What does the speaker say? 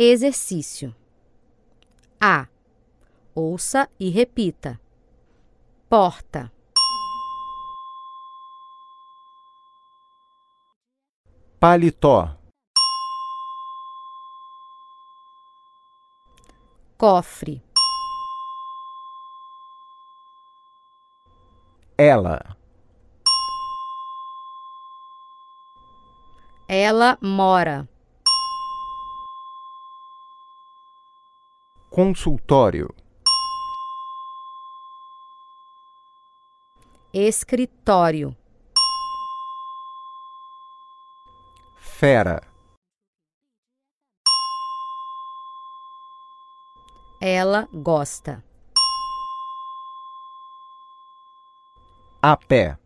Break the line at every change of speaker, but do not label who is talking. Exercício: A. Ouça e repita. Porta.
paletó,
Cofre.
ela,
Ela mora.
consultório,
Escritório.
fera,
Ela gosta.
a pé,